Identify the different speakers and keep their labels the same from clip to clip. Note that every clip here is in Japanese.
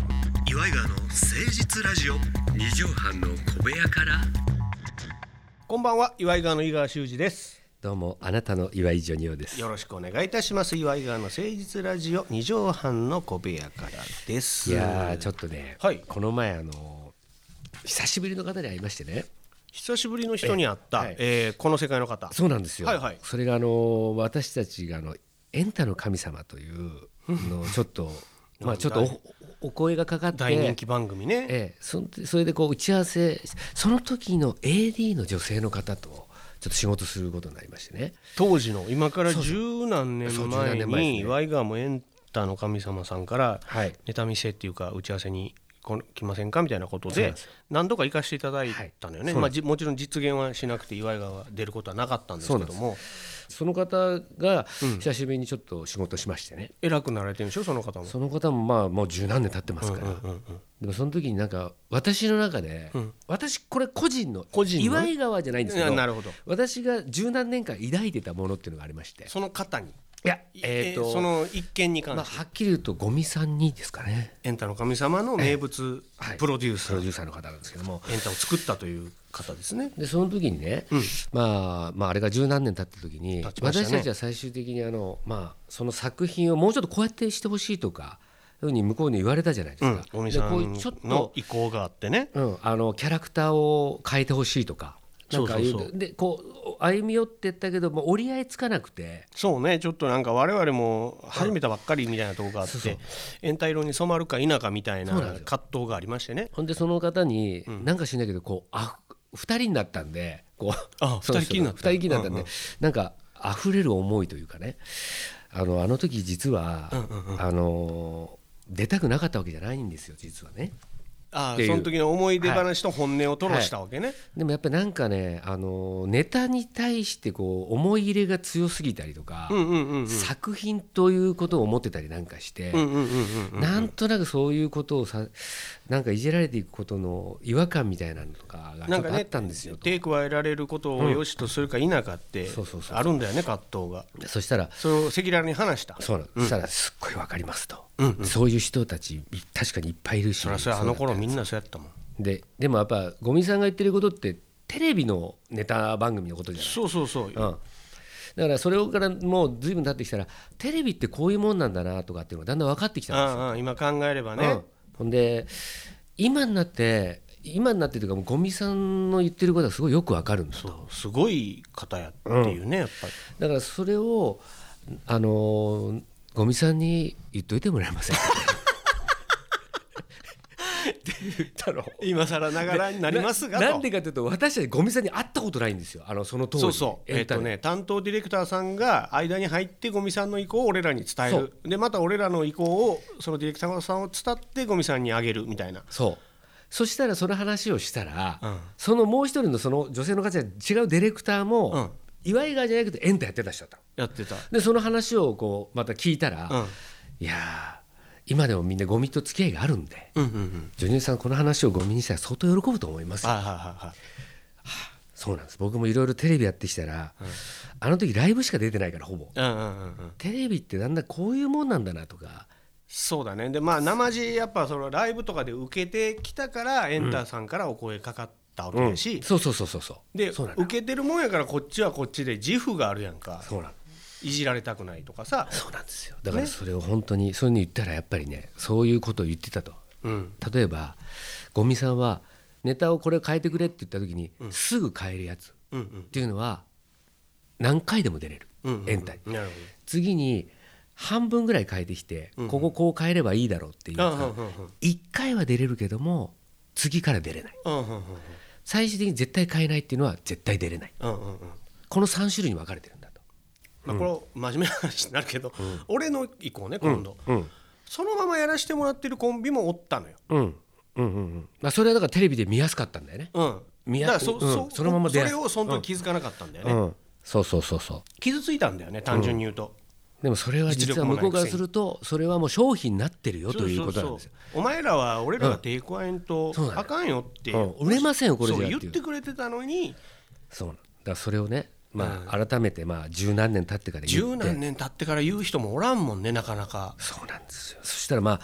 Speaker 1: イガーの誠実ラジオ
Speaker 2: 二畳半の小部屋から
Speaker 1: こんばんは岩井川の井川修司です
Speaker 2: どうもあなたの岩井ジョニオです
Speaker 1: よろしくお願いいたします岩井川の誠実ラジオ二畳半の小部屋からです
Speaker 2: いやーちょっとね、
Speaker 1: はい
Speaker 2: この前あの久しぶりの方に会いましてね
Speaker 1: 久しぶりの人に会った、え
Speaker 2: はい
Speaker 1: ーこの世界の方
Speaker 2: そうなんですよ、
Speaker 1: はいはい
Speaker 2: それがあの私たちがあのエンタの神様というのをちょっ とまあちょっとおお声がかかって
Speaker 1: 大人気番組ね、
Speaker 2: ええ、そんそれでこう打ち合わせその時の AD の女性の方とちょっと仕事することになりましてね
Speaker 1: 当時の今から十何年
Speaker 2: そうそう十何
Speaker 1: 前
Speaker 2: 年前です
Speaker 1: に
Speaker 2: ね
Speaker 1: 岩井川もエンタの神様さんから
Speaker 2: はい
Speaker 1: ネタ見せっていうか打ち合わせにこ来ませんかみたいなこと
Speaker 2: そうな
Speaker 1: で
Speaker 2: んですよ
Speaker 1: 何度か行かせていただいたのよね、
Speaker 2: はい
Speaker 1: まあ、じもちろん実現はしなくて岩井川は出ることはなかったんですけど
Speaker 2: そう
Speaker 1: も
Speaker 2: その方が久しぶりにちょっと仕事しましてね、
Speaker 1: 偉くなられてるんでしょその方も。
Speaker 2: その方もまあもう十何年経ってますから、
Speaker 1: うんうんうん
Speaker 2: でもその時になんか私の中で、
Speaker 1: うん
Speaker 2: 私これ個人の
Speaker 1: 個人の
Speaker 2: 岩井川じゃないんですけ
Speaker 1: いや
Speaker 2: ど
Speaker 1: なるほど
Speaker 2: 私が十何年間抱いてたものっていうのがありまして
Speaker 1: その方に
Speaker 2: いやえ
Speaker 1: え
Speaker 2: っ、
Speaker 1: ー
Speaker 2: と、
Speaker 1: その一件に関
Speaker 2: まあ、
Speaker 1: して、
Speaker 2: はっきり言うとゴミさんにですかね
Speaker 1: エンタの神様の名物
Speaker 2: はい
Speaker 1: プロデュース、
Speaker 2: プロデューサーの方なんですけども
Speaker 1: エンタを作ったという方ですね。
Speaker 2: でその時にね、
Speaker 1: うん
Speaker 2: まあ、まああれが十何年経った時に
Speaker 1: 経ちましたね
Speaker 2: 私たちは最終的にあの、まあ、その作品をもうちょっとこうやってしてほしいとかそういうふうに向こうに言われたじゃないです
Speaker 1: うん
Speaker 2: か。、
Speaker 1: おみ
Speaker 2: で
Speaker 1: さ
Speaker 2: こういうちょっ
Speaker 1: んの
Speaker 2: と、
Speaker 1: 意向があってね。
Speaker 2: うん、あのキャラクターを変えてほしいとか。なんかいう
Speaker 1: そうそうそ
Speaker 2: でこう歩み寄ってったけどもう折り合いつかなくて
Speaker 1: そうねちょっとなんか我々も始めたばっかりみたいなとこがあって、
Speaker 2: そうそう
Speaker 1: エンタ色に染まるか否かみたいな
Speaker 2: そうなんですよ
Speaker 1: 葛藤がありましてね
Speaker 2: ほんでその方になんかしないけどこうあ2人になったんでこう
Speaker 1: あ
Speaker 2: そう
Speaker 1: 二人きりになった
Speaker 2: そう二人きりになったんで、
Speaker 1: うんうん
Speaker 2: なんか溢れる思いというかねあのあの時実は、
Speaker 1: うんうん
Speaker 2: あの出たくなかったわけじゃないんですよ実はねっ
Speaker 1: あ
Speaker 2: ていう
Speaker 1: その時の思い出話と本音を吐露したわけね、
Speaker 2: でもやっぱりなんかねあのネタに対してこう思い入れが強すぎたりとか、
Speaker 1: うんうんうんうん
Speaker 2: 作品ということを思ってたりなんかして、
Speaker 1: うんうんうんうん
Speaker 2: なんとなくそういうことをさなんかいじられていくことの違和感みたいなのとかがちょ
Speaker 1: な
Speaker 2: っ
Speaker 1: んか
Speaker 2: とあ
Speaker 1: ね
Speaker 2: ったんですよと
Speaker 1: 手加えられることを良しとするか否かって
Speaker 2: そうそうそう
Speaker 1: あるんだよね葛藤が
Speaker 2: そしたら
Speaker 1: それを赤裸々に話した
Speaker 2: そうなん、そしたらすっごいわかりますと、
Speaker 1: うん
Speaker 2: そういう人たち確かにいっぱいいるし
Speaker 1: そりゃそうやあの頃みんなそうやったもん
Speaker 2: ででもやっぱ五味さんが言ってることってテレビのネタ番組のことじゃない
Speaker 1: そうそうそう、
Speaker 2: うん、だからそれからもう随分経ってきたらテレビってこういうもんなんだなとかっていうのがだんだん分かってきたん
Speaker 1: ああ今考えれば
Speaker 2: ですよ、う
Speaker 1: ね、
Speaker 2: んほんで今になって今になってというかもう五味さんの言ってることはすごいよく分かるんだと
Speaker 1: そうすごい方やっていうね、やっぱり
Speaker 2: だからそれをあのー五味さんに言っといてもらえませんかって言ったの
Speaker 1: 今更ながらになりますが
Speaker 2: な
Speaker 1: と
Speaker 2: なんでかというと私たちゴミさんに会ったことないんですよあのその当時
Speaker 1: そうそうえっ、とね担当ディレクターさんが間に入って五味さんの意向を俺らに伝え
Speaker 2: そ
Speaker 1: るでまた俺らの意向をそのディレクターさんを伝って五味さんにあげるみたいな
Speaker 2: そうそしたらその話をしたら、
Speaker 1: うん
Speaker 2: そのもう一人のその女性の方は違うディレクターも、
Speaker 1: うん
Speaker 2: 岩井川じゃなくてエンタやってた人だったの
Speaker 1: やってた
Speaker 2: でその話をこうまた聞いたら、
Speaker 1: うん
Speaker 2: いやー今でもみんなゴミと付き合いがあるんで
Speaker 1: うんうんうん
Speaker 2: ジョニオさんこの話をゴミにしたら相当喜ぶと思いますよ
Speaker 1: はいはいはいはい
Speaker 2: そうなんです僕もいろいろテレビやってきたら、あの時ライブしか出てないからほぼ
Speaker 1: うんうんうんうん
Speaker 2: テレビってだんだんこういうもんなんだなとか
Speaker 1: そうだねでまあ生地やっぱそのライブとかで受けてきたからエンターさんからお声かかったわけだし、
Speaker 2: そうそうそうそうそう
Speaker 1: で
Speaker 2: そうな
Speaker 1: 受
Speaker 2: の
Speaker 1: けてるもんやからこっちはこっちで自負があるやんか
Speaker 2: そうなの
Speaker 1: いじられたくないとかさ、
Speaker 2: そうなんですよだからそれを本当にそういうの言ったらやっぱりねそういうことを言ってたと
Speaker 1: うん、
Speaker 2: 例えばゴミさんはネタをこれ変えてくれって言った時に、すぐ変えるやつっ
Speaker 1: うんうん
Speaker 2: ていうのは何回でも出れる、
Speaker 1: うんうん
Speaker 2: 延滞
Speaker 1: なるほ
Speaker 2: 次に半分ぐらい変えてきて、こここう変えればいいだろうっていう
Speaker 1: ど
Speaker 2: や
Speaker 1: あ
Speaker 2: つ
Speaker 1: うん
Speaker 2: が1回は出れるけども次から出れない
Speaker 1: うんうんうん
Speaker 2: 最終的に絶対変えないっていうのは絶対出れない
Speaker 1: うんうんうん
Speaker 2: この3種類に分かれてるんだと。
Speaker 1: まあこれ真面目な話になるけど、俺の意向ね今度、
Speaker 2: うん
Speaker 1: そのままやらしてもらってるコンビもおったのよ、
Speaker 2: うんうんうんうんまあ、それはだからテレビで見やすかったんだよね。
Speaker 1: うん、
Speaker 2: 見
Speaker 1: だ
Speaker 2: や
Speaker 1: からそ,、
Speaker 2: うん
Speaker 1: そ
Speaker 2: そのまま出
Speaker 1: そ
Speaker 2: 会う
Speaker 1: れをその時気づかなかったんだよね、
Speaker 2: うん、そうそうそうそう
Speaker 1: 傷ついたんだよね単純に言うと、
Speaker 2: でもそれは実は向こうからするとそれはもう商品になってるよということなんですよ。
Speaker 1: そうそうそうお前らは俺らが抵抗えんと
Speaker 2: そうなの
Speaker 1: あかんよって、
Speaker 2: うん売れませんよこれじゃ
Speaker 1: そう
Speaker 2: ってい
Speaker 1: 言
Speaker 2: う
Speaker 1: ってくれてたのに
Speaker 2: そうなんだからそれをね、まあ、改めてまあ十何年経ってから言って
Speaker 1: 十何年経ってから言う人もおらんもんねなかなか
Speaker 2: そうなんですよそしたらまあ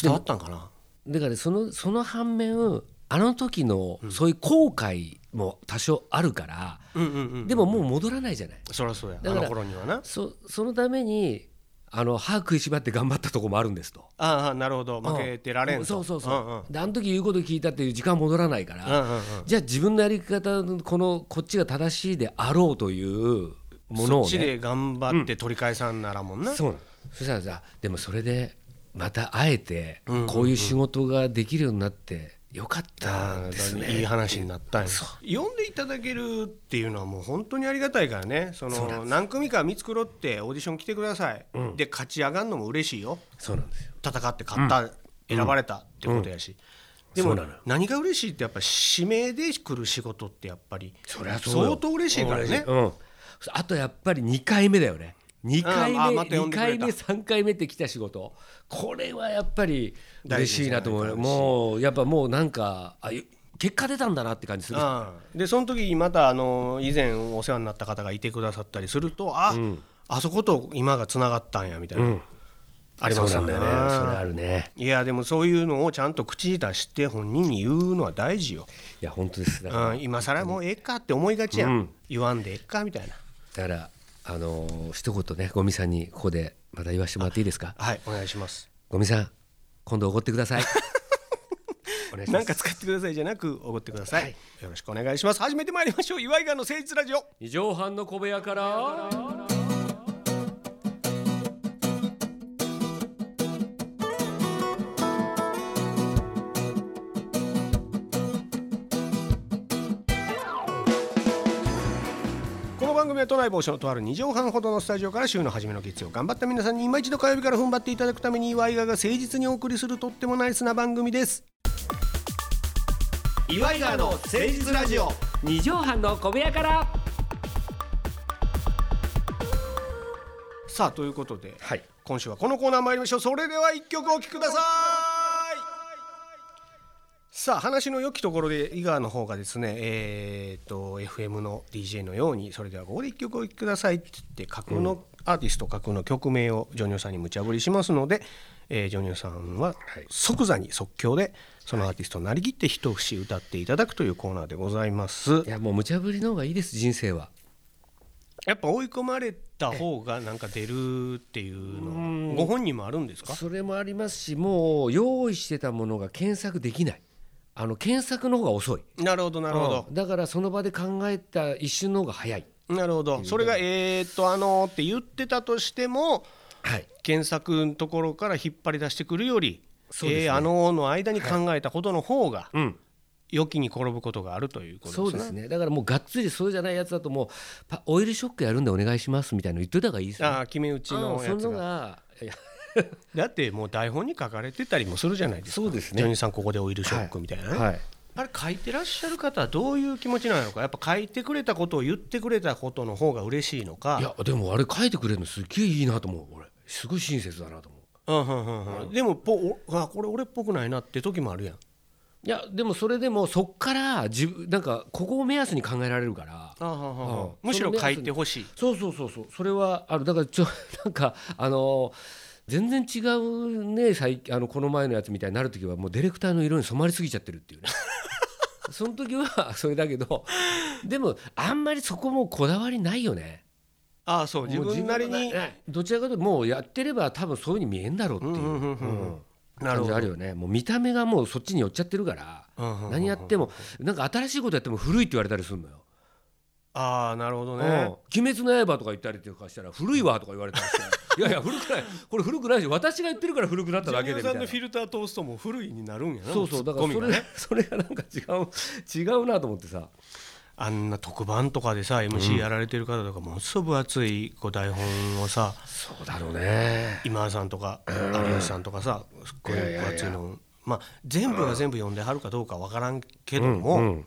Speaker 1: 伝わったんかな
Speaker 2: だからそのその反面あの時のそういう後悔も多少あるから、
Speaker 1: うんうんうん
Speaker 2: でももう戻らないじゃない
Speaker 1: そりゃそうやあ
Speaker 2: だから
Speaker 1: の頃にはな
Speaker 2: そそのためにあの歯食いしばって頑張ったとこもあるんですと
Speaker 1: ああなるほど負けてられんと
Speaker 2: そうそうそう、
Speaker 1: うんうん
Speaker 2: であの時言うこと聞いたっていう時間は戻らないから、
Speaker 1: うんうん
Speaker 2: じゃあ自分のやり方のこのこっちが正しいであろうという
Speaker 1: うん
Speaker 2: ものを、
Speaker 1: そ
Speaker 2: ね、
Speaker 1: っちで頑張って取り返さんならもんな
Speaker 2: そうなのそしたらさでもそれでまた会えて
Speaker 1: うんうんうん
Speaker 2: こういう仕事ができるようになってよかった
Speaker 1: あ
Speaker 2: ですね、
Speaker 1: ーいい話になったんや
Speaker 2: そ
Speaker 1: 読んでいただけるっていうのはもう本当にありがたいからねそ
Speaker 2: そうなん
Speaker 1: の何組か見繕ってオーディション来てください、で勝ち上がるのも嬉しいよ
Speaker 2: そうなんですよ
Speaker 1: 戦って勝った、選ばれたってことやし、
Speaker 2: そう
Speaker 1: で
Speaker 2: な
Speaker 1: も
Speaker 2: のよ
Speaker 1: 何が嬉しいってやっぱ指名で来る仕事ってやっぱり
Speaker 2: そりゃそうよ
Speaker 1: 相当嬉しいからね
Speaker 2: うん、あとやっぱり2回目だよね2回
Speaker 1: あ
Speaker 2: 目、
Speaker 1: ーまた呼
Speaker 2: 2
Speaker 1: んでくれた
Speaker 2: 回目3回目って来た仕事これはやっぱり嬉しいなと思
Speaker 1: 大
Speaker 2: う
Speaker 1: 事ですね
Speaker 2: もうやっぱもうなんかあよ結果出たんだなって感じする
Speaker 1: うん、でその時にまたあの以前お世話になった方がいてくださったりするとあ、あそこと今がつながったんやみたいな、
Speaker 2: ん
Speaker 1: あります
Speaker 2: そ
Speaker 1: よ
Speaker 2: う
Speaker 1: ね
Speaker 2: なんだよねそれあるね
Speaker 1: いやでもそういうのをちゃんと口に出して本人に言うのは大事よ、
Speaker 2: いや本当ですだから
Speaker 1: うん、今更もうええかって思いがちやん、
Speaker 2: うん
Speaker 1: 言わんでええかみたいな
Speaker 2: だからあのー一言ねゴミさんにここでまた言わせてもらっていいですか
Speaker 1: はいお願いします
Speaker 2: ゴミさん今度おごってくだ さいお願いしま
Speaker 1: なん
Speaker 2: す
Speaker 1: か使ってくださいじゃなくおごってください、よろしくお願いします始めてまいりましょう岩井川の誠実ラジオ
Speaker 2: 二畳半の小部屋から
Speaker 1: この番組は都内某所のとある2畳半ほどのスタジオから週の初めの月曜頑張った皆さんに今一度火曜日から踏ん張っていただくために岩井川が誠実にお送りするとってもナイスな番組です岩井川の誠実ラジオ
Speaker 2: 二畳半の小部屋から
Speaker 1: さあということで、
Speaker 2: はい
Speaker 1: 今週はこのコーナー参りましょうそれでは一曲お聴きくださいさあ話の良きところで井川の方がですねえー、と FM の DJ のようにそれではここで一曲お聴きくださいって言って架空の、アーティスト架空の曲名をジョニオさんに無茶ぶりしますので、えージョニオさんは即座に即興でそのアーティストになりきって一節歌っていただくというコーナーでございます
Speaker 2: いやもう無茶ぶりの方がいいです人生は
Speaker 1: やっぱ追い込まれた方がなんか出るっていうのご本人もあるんですか
Speaker 2: それもありますしもう用意してたものが検索できないあの検索の方が遅い
Speaker 1: なるほどなるほど
Speaker 2: う、んだからその場で考えた一瞬の方が早い
Speaker 1: なるほどそれが「えー、っとあのー」って言ってたとしても
Speaker 2: はい
Speaker 1: 検索のところから引っ張り出してくるより「
Speaker 2: そうですね
Speaker 1: えーあのー」の間に考えたことの方が
Speaker 2: うん
Speaker 1: 良きに転ぶことがあるということです
Speaker 2: そ
Speaker 1: ね。
Speaker 2: うですねだからもうがっつりそうじゃないやつだともうパオイルショックやるんでお願いしますみたいなの言っといた方がいいですよ
Speaker 1: ああ決め打ちの
Speaker 2: うん
Speaker 1: や
Speaker 2: そ
Speaker 1: つ
Speaker 2: の
Speaker 1: が
Speaker 2: がいや
Speaker 1: だってもう台本に書かれてたりもするじゃないですか
Speaker 2: そうですね
Speaker 1: ジョニーさんここでオイルショックみたいなね、
Speaker 2: はい
Speaker 1: あれ書いてらっしゃる方はどういう気持ちなのかやっぱ書いてくれたことを言ってくれたことの方が嬉しいのか
Speaker 2: いやでもあれ書いてくれるのすっげえいいなと思う俺すごい親切だなと思う
Speaker 1: うんうんうんうんでもぽおあこれ俺っぽくないなって時もあるやん
Speaker 2: いやでもそれでもそっから自分なんかここを目安に考えられるから
Speaker 1: あははは
Speaker 2: うん
Speaker 1: むしろ書いてほしい
Speaker 2: そうそうそうそうそれはあるだからちょ なんかあの全然違うね最あのこの前のやつみたいになる時はもうディレクターの色に染まりすぎちゃってるっていうね その時はそれだけどでもあんまりそこもこだわりないよね
Speaker 1: ああそう自分なり
Speaker 2: もう自
Speaker 1: に
Speaker 2: 分のねどちらかというともうやってれば多分そういうふうに見えんだろうっていう,、
Speaker 1: うんうんうんうんな
Speaker 2: 感
Speaker 1: るほ
Speaker 2: じ
Speaker 1: ど
Speaker 2: あるよねもう見た目がもうそっちに寄っちゃってるから、
Speaker 1: うんうんうんうん
Speaker 2: 何やってもなんか新しいことやっても古いって言われたりするのよ
Speaker 1: ああなるほど
Speaker 2: うん
Speaker 1: ね
Speaker 2: 鬼滅の刃」とか言ったりとかしたら「古いわ」とか 言われたりしていやいや古くないこれ古くないし私が言ってるから古くなっただけでみたいな
Speaker 1: ィルター通すとも古いになるんやな
Speaker 2: そうそうだからそれ,、それがなんか違う違うなと思ってさ
Speaker 1: あんな特番とかでさ MC やられてる方とかものすごく分厚いこう台本をさ
Speaker 2: そうだろうね
Speaker 1: 今田さんとか有吉さんとかさすっごい分厚いのまあ全部が全部読んではるかどうか分からんけど
Speaker 2: う
Speaker 1: も
Speaker 2: ん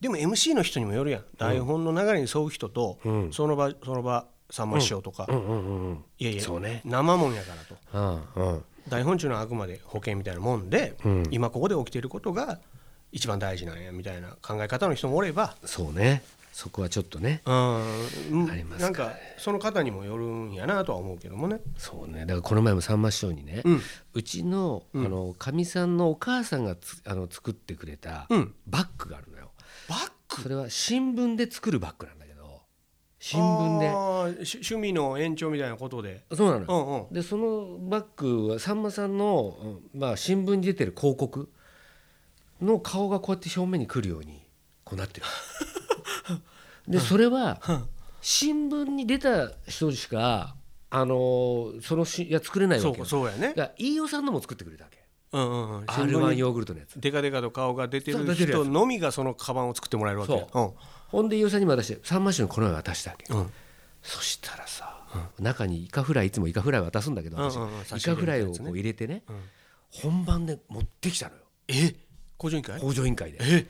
Speaker 1: でも MC の人にもよるやん台本の流れに沿う人と
Speaker 2: うん
Speaker 1: その場その場さんま師匠とか
Speaker 2: うんうんうん
Speaker 1: いやいや
Speaker 2: そうね
Speaker 1: 生もんやからと
Speaker 2: うん
Speaker 1: 台本中のはあくまで保険みたいなもんで、
Speaker 2: うん
Speaker 1: 今ここで起きてることが一番大事なんやみたいな考え方の人もおれば
Speaker 2: そうねそこはちょっとね
Speaker 1: うん
Speaker 2: ありますか
Speaker 1: なんかその方にもよるんやなとは思うけどもね
Speaker 2: そうねだからこの前もさんま師匠にね、
Speaker 1: うん
Speaker 2: うちのあ
Speaker 1: うん
Speaker 2: のかみさんのお母さんがつあの作ってくれた
Speaker 1: うん
Speaker 2: バッグがあるのよ、
Speaker 1: バッグ
Speaker 2: それは新聞で作るバッグなんだけど新聞で
Speaker 1: で趣味の延長みたいなことで
Speaker 2: そうなの
Speaker 1: う
Speaker 2: よ、
Speaker 1: んうん
Speaker 2: でそのバッグはさんまさんの、うんまあ、新聞に出てる広告の顔がこうやって表面に来るようにこうな ってるでそれは
Speaker 1: うん
Speaker 2: 新聞に出た人しかあのーそのしいや作れない
Speaker 1: そ
Speaker 2: わけ
Speaker 1: う
Speaker 2: よ
Speaker 1: そうやね
Speaker 2: だから飯尾さんのも作ってくれたわけ
Speaker 1: うんうんうん
Speaker 2: R1 ヨーグルトのやつ
Speaker 1: でかでかと顔が出て
Speaker 2: そう
Speaker 1: る
Speaker 2: 出てるや
Speaker 1: 人
Speaker 2: つ
Speaker 1: のみがそのカバンを作ってもらえるわけ
Speaker 2: そうほんで飯尾さんにも渡してさんま師匠にこの前渡したわけ
Speaker 1: うんうん
Speaker 2: そしたらさ、中にイカフライいつもイカフライ渡すんだけど、私
Speaker 1: うんうんうん差
Speaker 2: イ
Speaker 1: し
Speaker 2: カ
Speaker 1: 入れ
Speaker 2: フ
Speaker 1: みた
Speaker 2: ラ
Speaker 1: い
Speaker 2: イ
Speaker 1: な
Speaker 2: を
Speaker 1: やつね
Speaker 2: こう入れてね、
Speaker 1: うん
Speaker 2: 本番で持ってきたのよ
Speaker 1: え工場委員会
Speaker 2: 工場委員会で
Speaker 1: え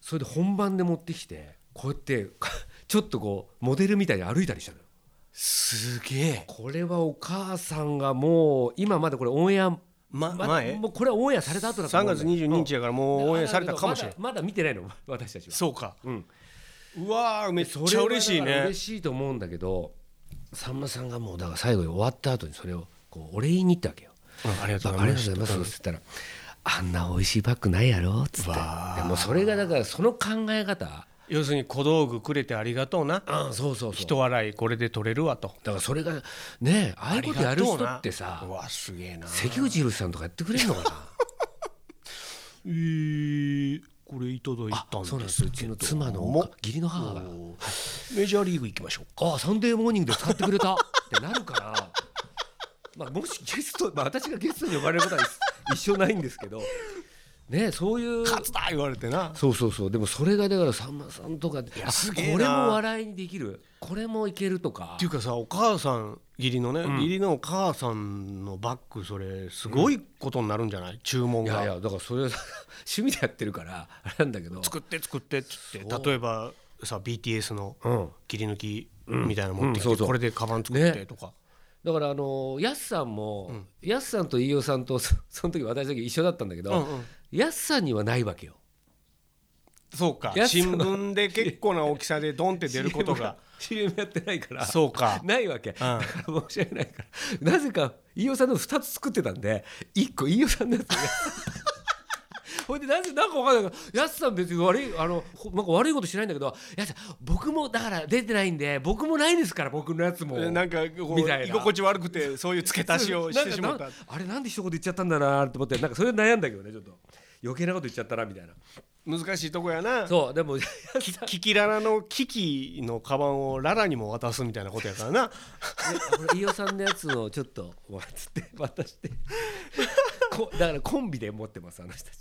Speaker 2: それで本番で持ってきてこうやって ちょっとこうモデルみたいに歩いたりしたのよ
Speaker 1: すげえ
Speaker 2: これはお母さんがもう今まだこれオンエア、
Speaker 1: ま
Speaker 2: ま
Speaker 1: 前
Speaker 2: もうこれはオンエアされた後だと
Speaker 1: 3
Speaker 2: 思うんだ
Speaker 1: 月
Speaker 2: よ
Speaker 1: 22日
Speaker 2: うん
Speaker 1: やからもう応援されたかもしれん
Speaker 2: だだまだまだ見てないの私たちは
Speaker 1: そうか
Speaker 2: うん
Speaker 1: うわーめっ
Speaker 2: それは
Speaker 1: ちゃ嬉しい
Speaker 2: だから
Speaker 1: ね
Speaker 2: 嬉しいと思うんだけどさんまさんがもうだから最後に終わった後にそれをこうお礼言いに行ったわけよ
Speaker 1: うんありがとうご
Speaker 2: あ
Speaker 1: ざ
Speaker 2: り
Speaker 1: い
Speaker 2: が
Speaker 1: ま
Speaker 2: とうござ
Speaker 1: す
Speaker 2: います」って言ったら「あんな美味しいバッグないやろ」っつって
Speaker 1: わあ
Speaker 2: でもそれがだからその考え方
Speaker 1: 要するに小道具くれてありがとうな
Speaker 2: うんそうそうそう
Speaker 1: 人笑いこれで取れるわと
Speaker 2: だからそれがねああいうことやる人って
Speaker 1: ありがとう
Speaker 2: さ
Speaker 1: なうわすげえな
Speaker 2: 関口宏さんとかやってくれるのか
Speaker 1: えー、これいただいた
Speaker 2: な
Speaker 1: ん
Speaker 2: そうなん
Speaker 1: で
Speaker 2: ですすう
Speaker 1: けど
Speaker 2: ちの妻の
Speaker 1: も
Speaker 2: 義理の母が
Speaker 1: メジャーリーグ行きましょう
Speaker 2: 「ああサンデーモーニングで使ってくれた」ってなるから。まあ、もしゲスト、まあ、私がゲストに呼ばれることは一緒ないんですけど、ね、そういう
Speaker 1: 勝つだ言われてな
Speaker 2: そうそうそうでもそれがだからさんまさんとかって
Speaker 1: や
Speaker 2: あ
Speaker 1: すげえな
Speaker 2: これも笑いにできるこれもいけるとか
Speaker 1: っていうかさお母さん義理のね、義理のお母さんのバッグそれすごいことになるんじゃない、注文
Speaker 2: い
Speaker 1: が
Speaker 2: やいやだからそれ趣味でやってるからあれなんだけど
Speaker 1: 作って作ってっつって例えばさ BTS の
Speaker 2: うん
Speaker 1: 切り抜きみたいなの持ってきて、
Speaker 2: うんそうそう
Speaker 1: これでカバン作って
Speaker 2: ね
Speaker 1: とか、
Speaker 2: だからあのやすさんもやすさんと飯尾さんとそその時私だけ一緒だったんだけ
Speaker 1: うん
Speaker 2: ど
Speaker 1: うん
Speaker 2: やすさんにはないわけよ
Speaker 1: そうか
Speaker 2: いや
Speaker 1: 新聞で結構な大きさでドンって出ることが
Speaker 2: CM やってないから
Speaker 1: そうか
Speaker 2: ないわけ、だから申し訳ないからなぜか飯尾さんの2つ作ってたんで1個飯尾さんのやつ がほいでなぜなんかわかんないけどやすさん別に悪いあのほなんか悪いことしないんだけどやすさん僕もだから出てないんで僕もないですから僕のやつも
Speaker 1: えなんかこう
Speaker 2: みたいな
Speaker 1: 居心地悪くてそういう付け足しをしてしまっ
Speaker 2: な
Speaker 1: た
Speaker 2: んかなんあれなんで一言言っちゃったんだなって思ってなんかそれで悩んだけどねちょっと余計なこと言っちゃったなみたいな
Speaker 1: 難しいとこやな
Speaker 2: そうでも やす
Speaker 1: キ
Speaker 2: さん
Speaker 1: キキララのキキのカバンをララにも渡すみたいなことやから な
Speaker 2: ねこれ飯尾さんのやつをちょっとお前つって渡してこだからコンビで持ってますあの人たち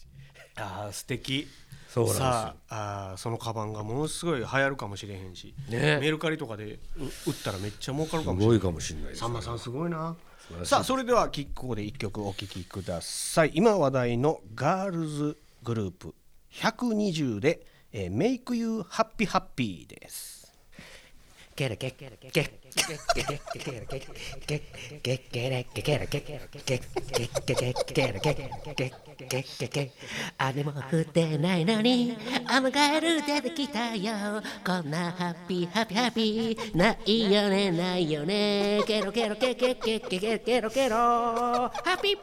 Speaker 1: あー素敵
Speaker 2: そうなんですよ
Speaker 1: さああーそのカバンがものすごい流行るかもしれへんし、
Speaker 2: ね
Speaker 1: メルカリとかでう売ったらめっちゃ儲かるか
Speaker 2: す
Speaker 1: もしれな
Speaker 2: ご
Speaker 1: い
Speaker 2: いかもしれないです
Speaker 1: さんまさんすごいな
Speaker 2: 晴らしい
Speaker 1: さあそれではきここで一曲お聴きください今話題のガールズグループ120で「えー Make You Happy Happy」です
Speaker 3: 雨も降ってないのに雨がる出てきたよこんなハッピーハッピーハッピーないよねないよねケロケロケケケケケケロケロハッピー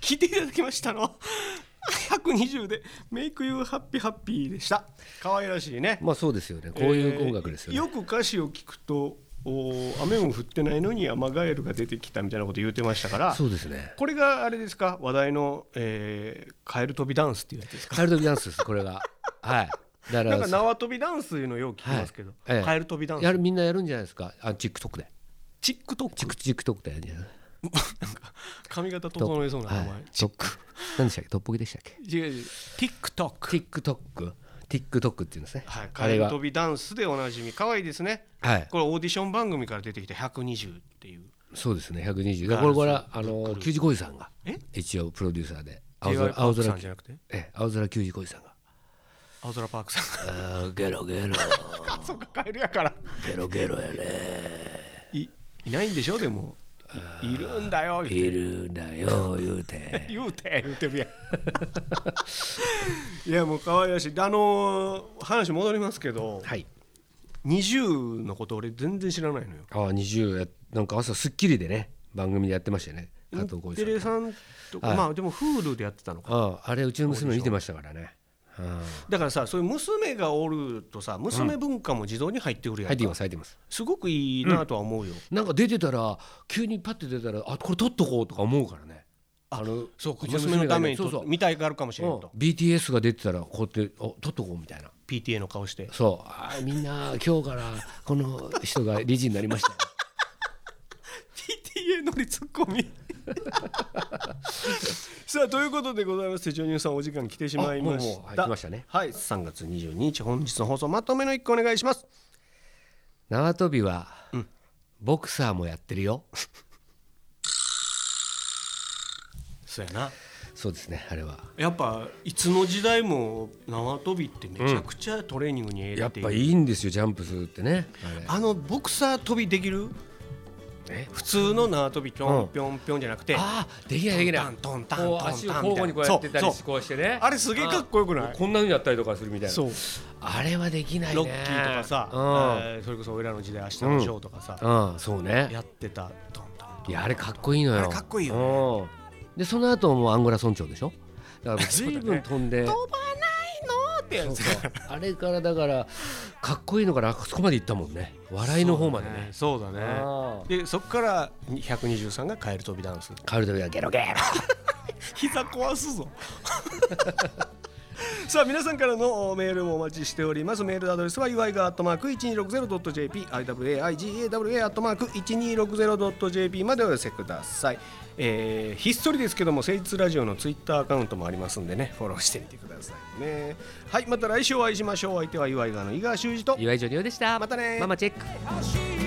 Speaker 1: 聞いていただきましたの120で「Make You Happy Happy」でした可愛らしいね
Speaker 2: まあそうですよねこういう音楽ですよね、
Speaker 1: えーよく歌詞を聞くとお雨も降ってないのにアマガエルが出てきたみたいなこと言ってましたから
Speaker 2: そうですね
Speaker 1: これがあれですか話題の、えーカエル飛びダンスっていうやつですか
Speaker 2: カエル飛びダンスですこれがはいだから
Speaker 1: なんか縄跳びダンスいうのよく聞きますけど、
Speaker 2: はいええ
Speaker 1: カエル飛びダン
Speaker 2: や
Speaker 1: ス
Speaker 2: るみんなやるんじゃないですかあ TikTok で
Speaker 1: チックトック
Speaker 2: TikTok でやるんじゃない
Speaker 1: 髪型整えそうな名前、
Speaker 2: はい、トック何でしたっけトッポギでしたっけ
Speaker 1: 違う違う TikTok
Speaker 2: TikTok TikTok っていうんですね、
Speaker 1: はい、カ
Speaker 2: あ
Speaker 1: エ
Speaker 2: れ
Speaker 1: ル
Speaker 2: が
Speaker 1: 飛びダンスでおなじみ可愛いですね
Speaker 2: はい
Speaker 1: これオーディション番組から出てきた120っていう
Speaker 2: そうですね120だからこれこれはあの球児浩二さんが
Speaker 1: え
Speaker 2: 一応プロデューサーで青
Speaker 1: j
Speaker 2: 空
Speaker 1: y パ
Speaker 2: 青
Speaker 1: ークさ
Speaker 2: 空
Speaker 1: んじゃなくて
Speaker 2: ええ青空球児浩二さんが
Speaker 1: 青空パークさん
Speaker 2: 「あーゲロゲロ
Speaker 1: がそうかカエルやから
Speaker 2: ゲロゲロやね
Speaker 1: いいないんでしょでもいるんだよ言うて
Speaker 2: いるんだよ言うて
Speaker 1: 言うて言うてるやん いやもう可愛らしいであのー話戻りますけど、
Speaker 2: はい
Speaker 1: 20のこと俺全然知らないのよ
Speaker 2: ああ20やなんか朝『スッキリ』でね番組でやってましたよね加藤浩
Speaker 1: テ
Speaker 2: 次
Speaker 1: レ
Speaker 2: さん
Speaker 1: さんとか、
Speaker 2: はい
Speaker 1: まあでも Hulu でやってたのか
Speaker 2: あああれうちの娘見てましたからねうん
Speaker 1: だからさそういう娘がおるとさ娘文化も自動に入ってくるやんか
Speaker 2: 入ってます入ってます
Speaker 1: すごくいいなとは思うよ、
Speaker 2: なんか出てたら急にパッて出たらあこれ撮っとこうとか思うからね
Speaker 1: あのそう
Speaker 2: 娘がね
Speaker 1: 娘のために
Speaker 2: そうそう
Speaker 1: と見たいがあるかもし
Speaker 2: う
Speaker 1: れ
Speaker 2: ん
Speaker 1: んと
Speaker 2: BTS が出てたらこうやってお撮っとこうみたいな
Speaker 1: PTA の顔して
Speaker 2: そうあーみんな今日からこの人が理事になりました
Speaker 1: PTA 乗りツッコミ さあということでございましてジョニオさんお時間来てしまいまし
Speaker 2: あもうもうはい
Speaker 1: た
Speaker 2: 来ましたね
Speaker 1: はい3月22日本日の放送まとめの一個お願いします
Speaker 2: 縄跳びは、ボクサーもやってるよ
Speaker 1: そうやな
Speaker 2: そうですねあれは
Speaker 1: やっぱいつの時代も縄跳びってめちゃくちゃトレーニングに
Speaker 2: や
Speaker 1: 得
Speaker 2: ってぱいいんですよジャンプするってねあ
Speaker 1: あのボクサー跳びできる
Speaker 2: れね
Speaker 1: 普通の縄跳びぴょ
Speaker 2: うん
Speaker 1: んぴょんぴょんじゃなくて
Speaker 2: あーできないできな
Speaker 1: ト
Speaker 2: い
Speaker 1: ンタントンタン
Speaker 2: こう
Speaker 1: トンタン
Speaker 2: 足を交互にこうやってたり
Speaker 1: そう
Speaker 2: し
Speaker 1: そう
Speaker 2: こうしてね
Speaker 1: あれすげえかっこよくない
Speaker 2: こんなふうにやったりとかするみたいな
Speaker 1: そう
Speaker 2: あれはできないね
Speaker 1: ロッキーとかさ、えーそれこそ俺らの時代明日のショーとかさ、
Speaker 2: うん、うん、そうね
Speaker 1: やってたトントントン
Speaker 2: いやあれかっこいいの
Speaker 1: あ
Speaker 2: よ
Speaker 1: れかっこいいよね
Speaker 2: うんでその後もうアンゴラ村長でしょだ から随分飛んで、
Speaker 1: ってやつ
Speaker 2: そうそうあれからだからかっこいいのからあそこまで行ったもんね笑いの方までね
Speaker 1: そうだね
Speaker 2: あ
Speaker 1: でそこから123がカエル飛びダンス
Speaker 2: カエル飛びはゲロ ゲロ
Speaker 1: 膝壊すぞ さあ皆さんからのメールもお待ちしておりますメールアドレスは u i がアットマーク 1260.jp iwaigawa アットマーク 1260.jp までお寄せください、えー、ひっそりですけども誠実ラジオのツイッターアカウントもありますんでねフォローしてみてくださいねはいまた来週お会いしましょうお相手は u i がの井川修司と
Speaker 2: 岩井ジョニオでした
Speaker 1: またね
Speaker 2: ママチェック
Speaker 1: 「走れ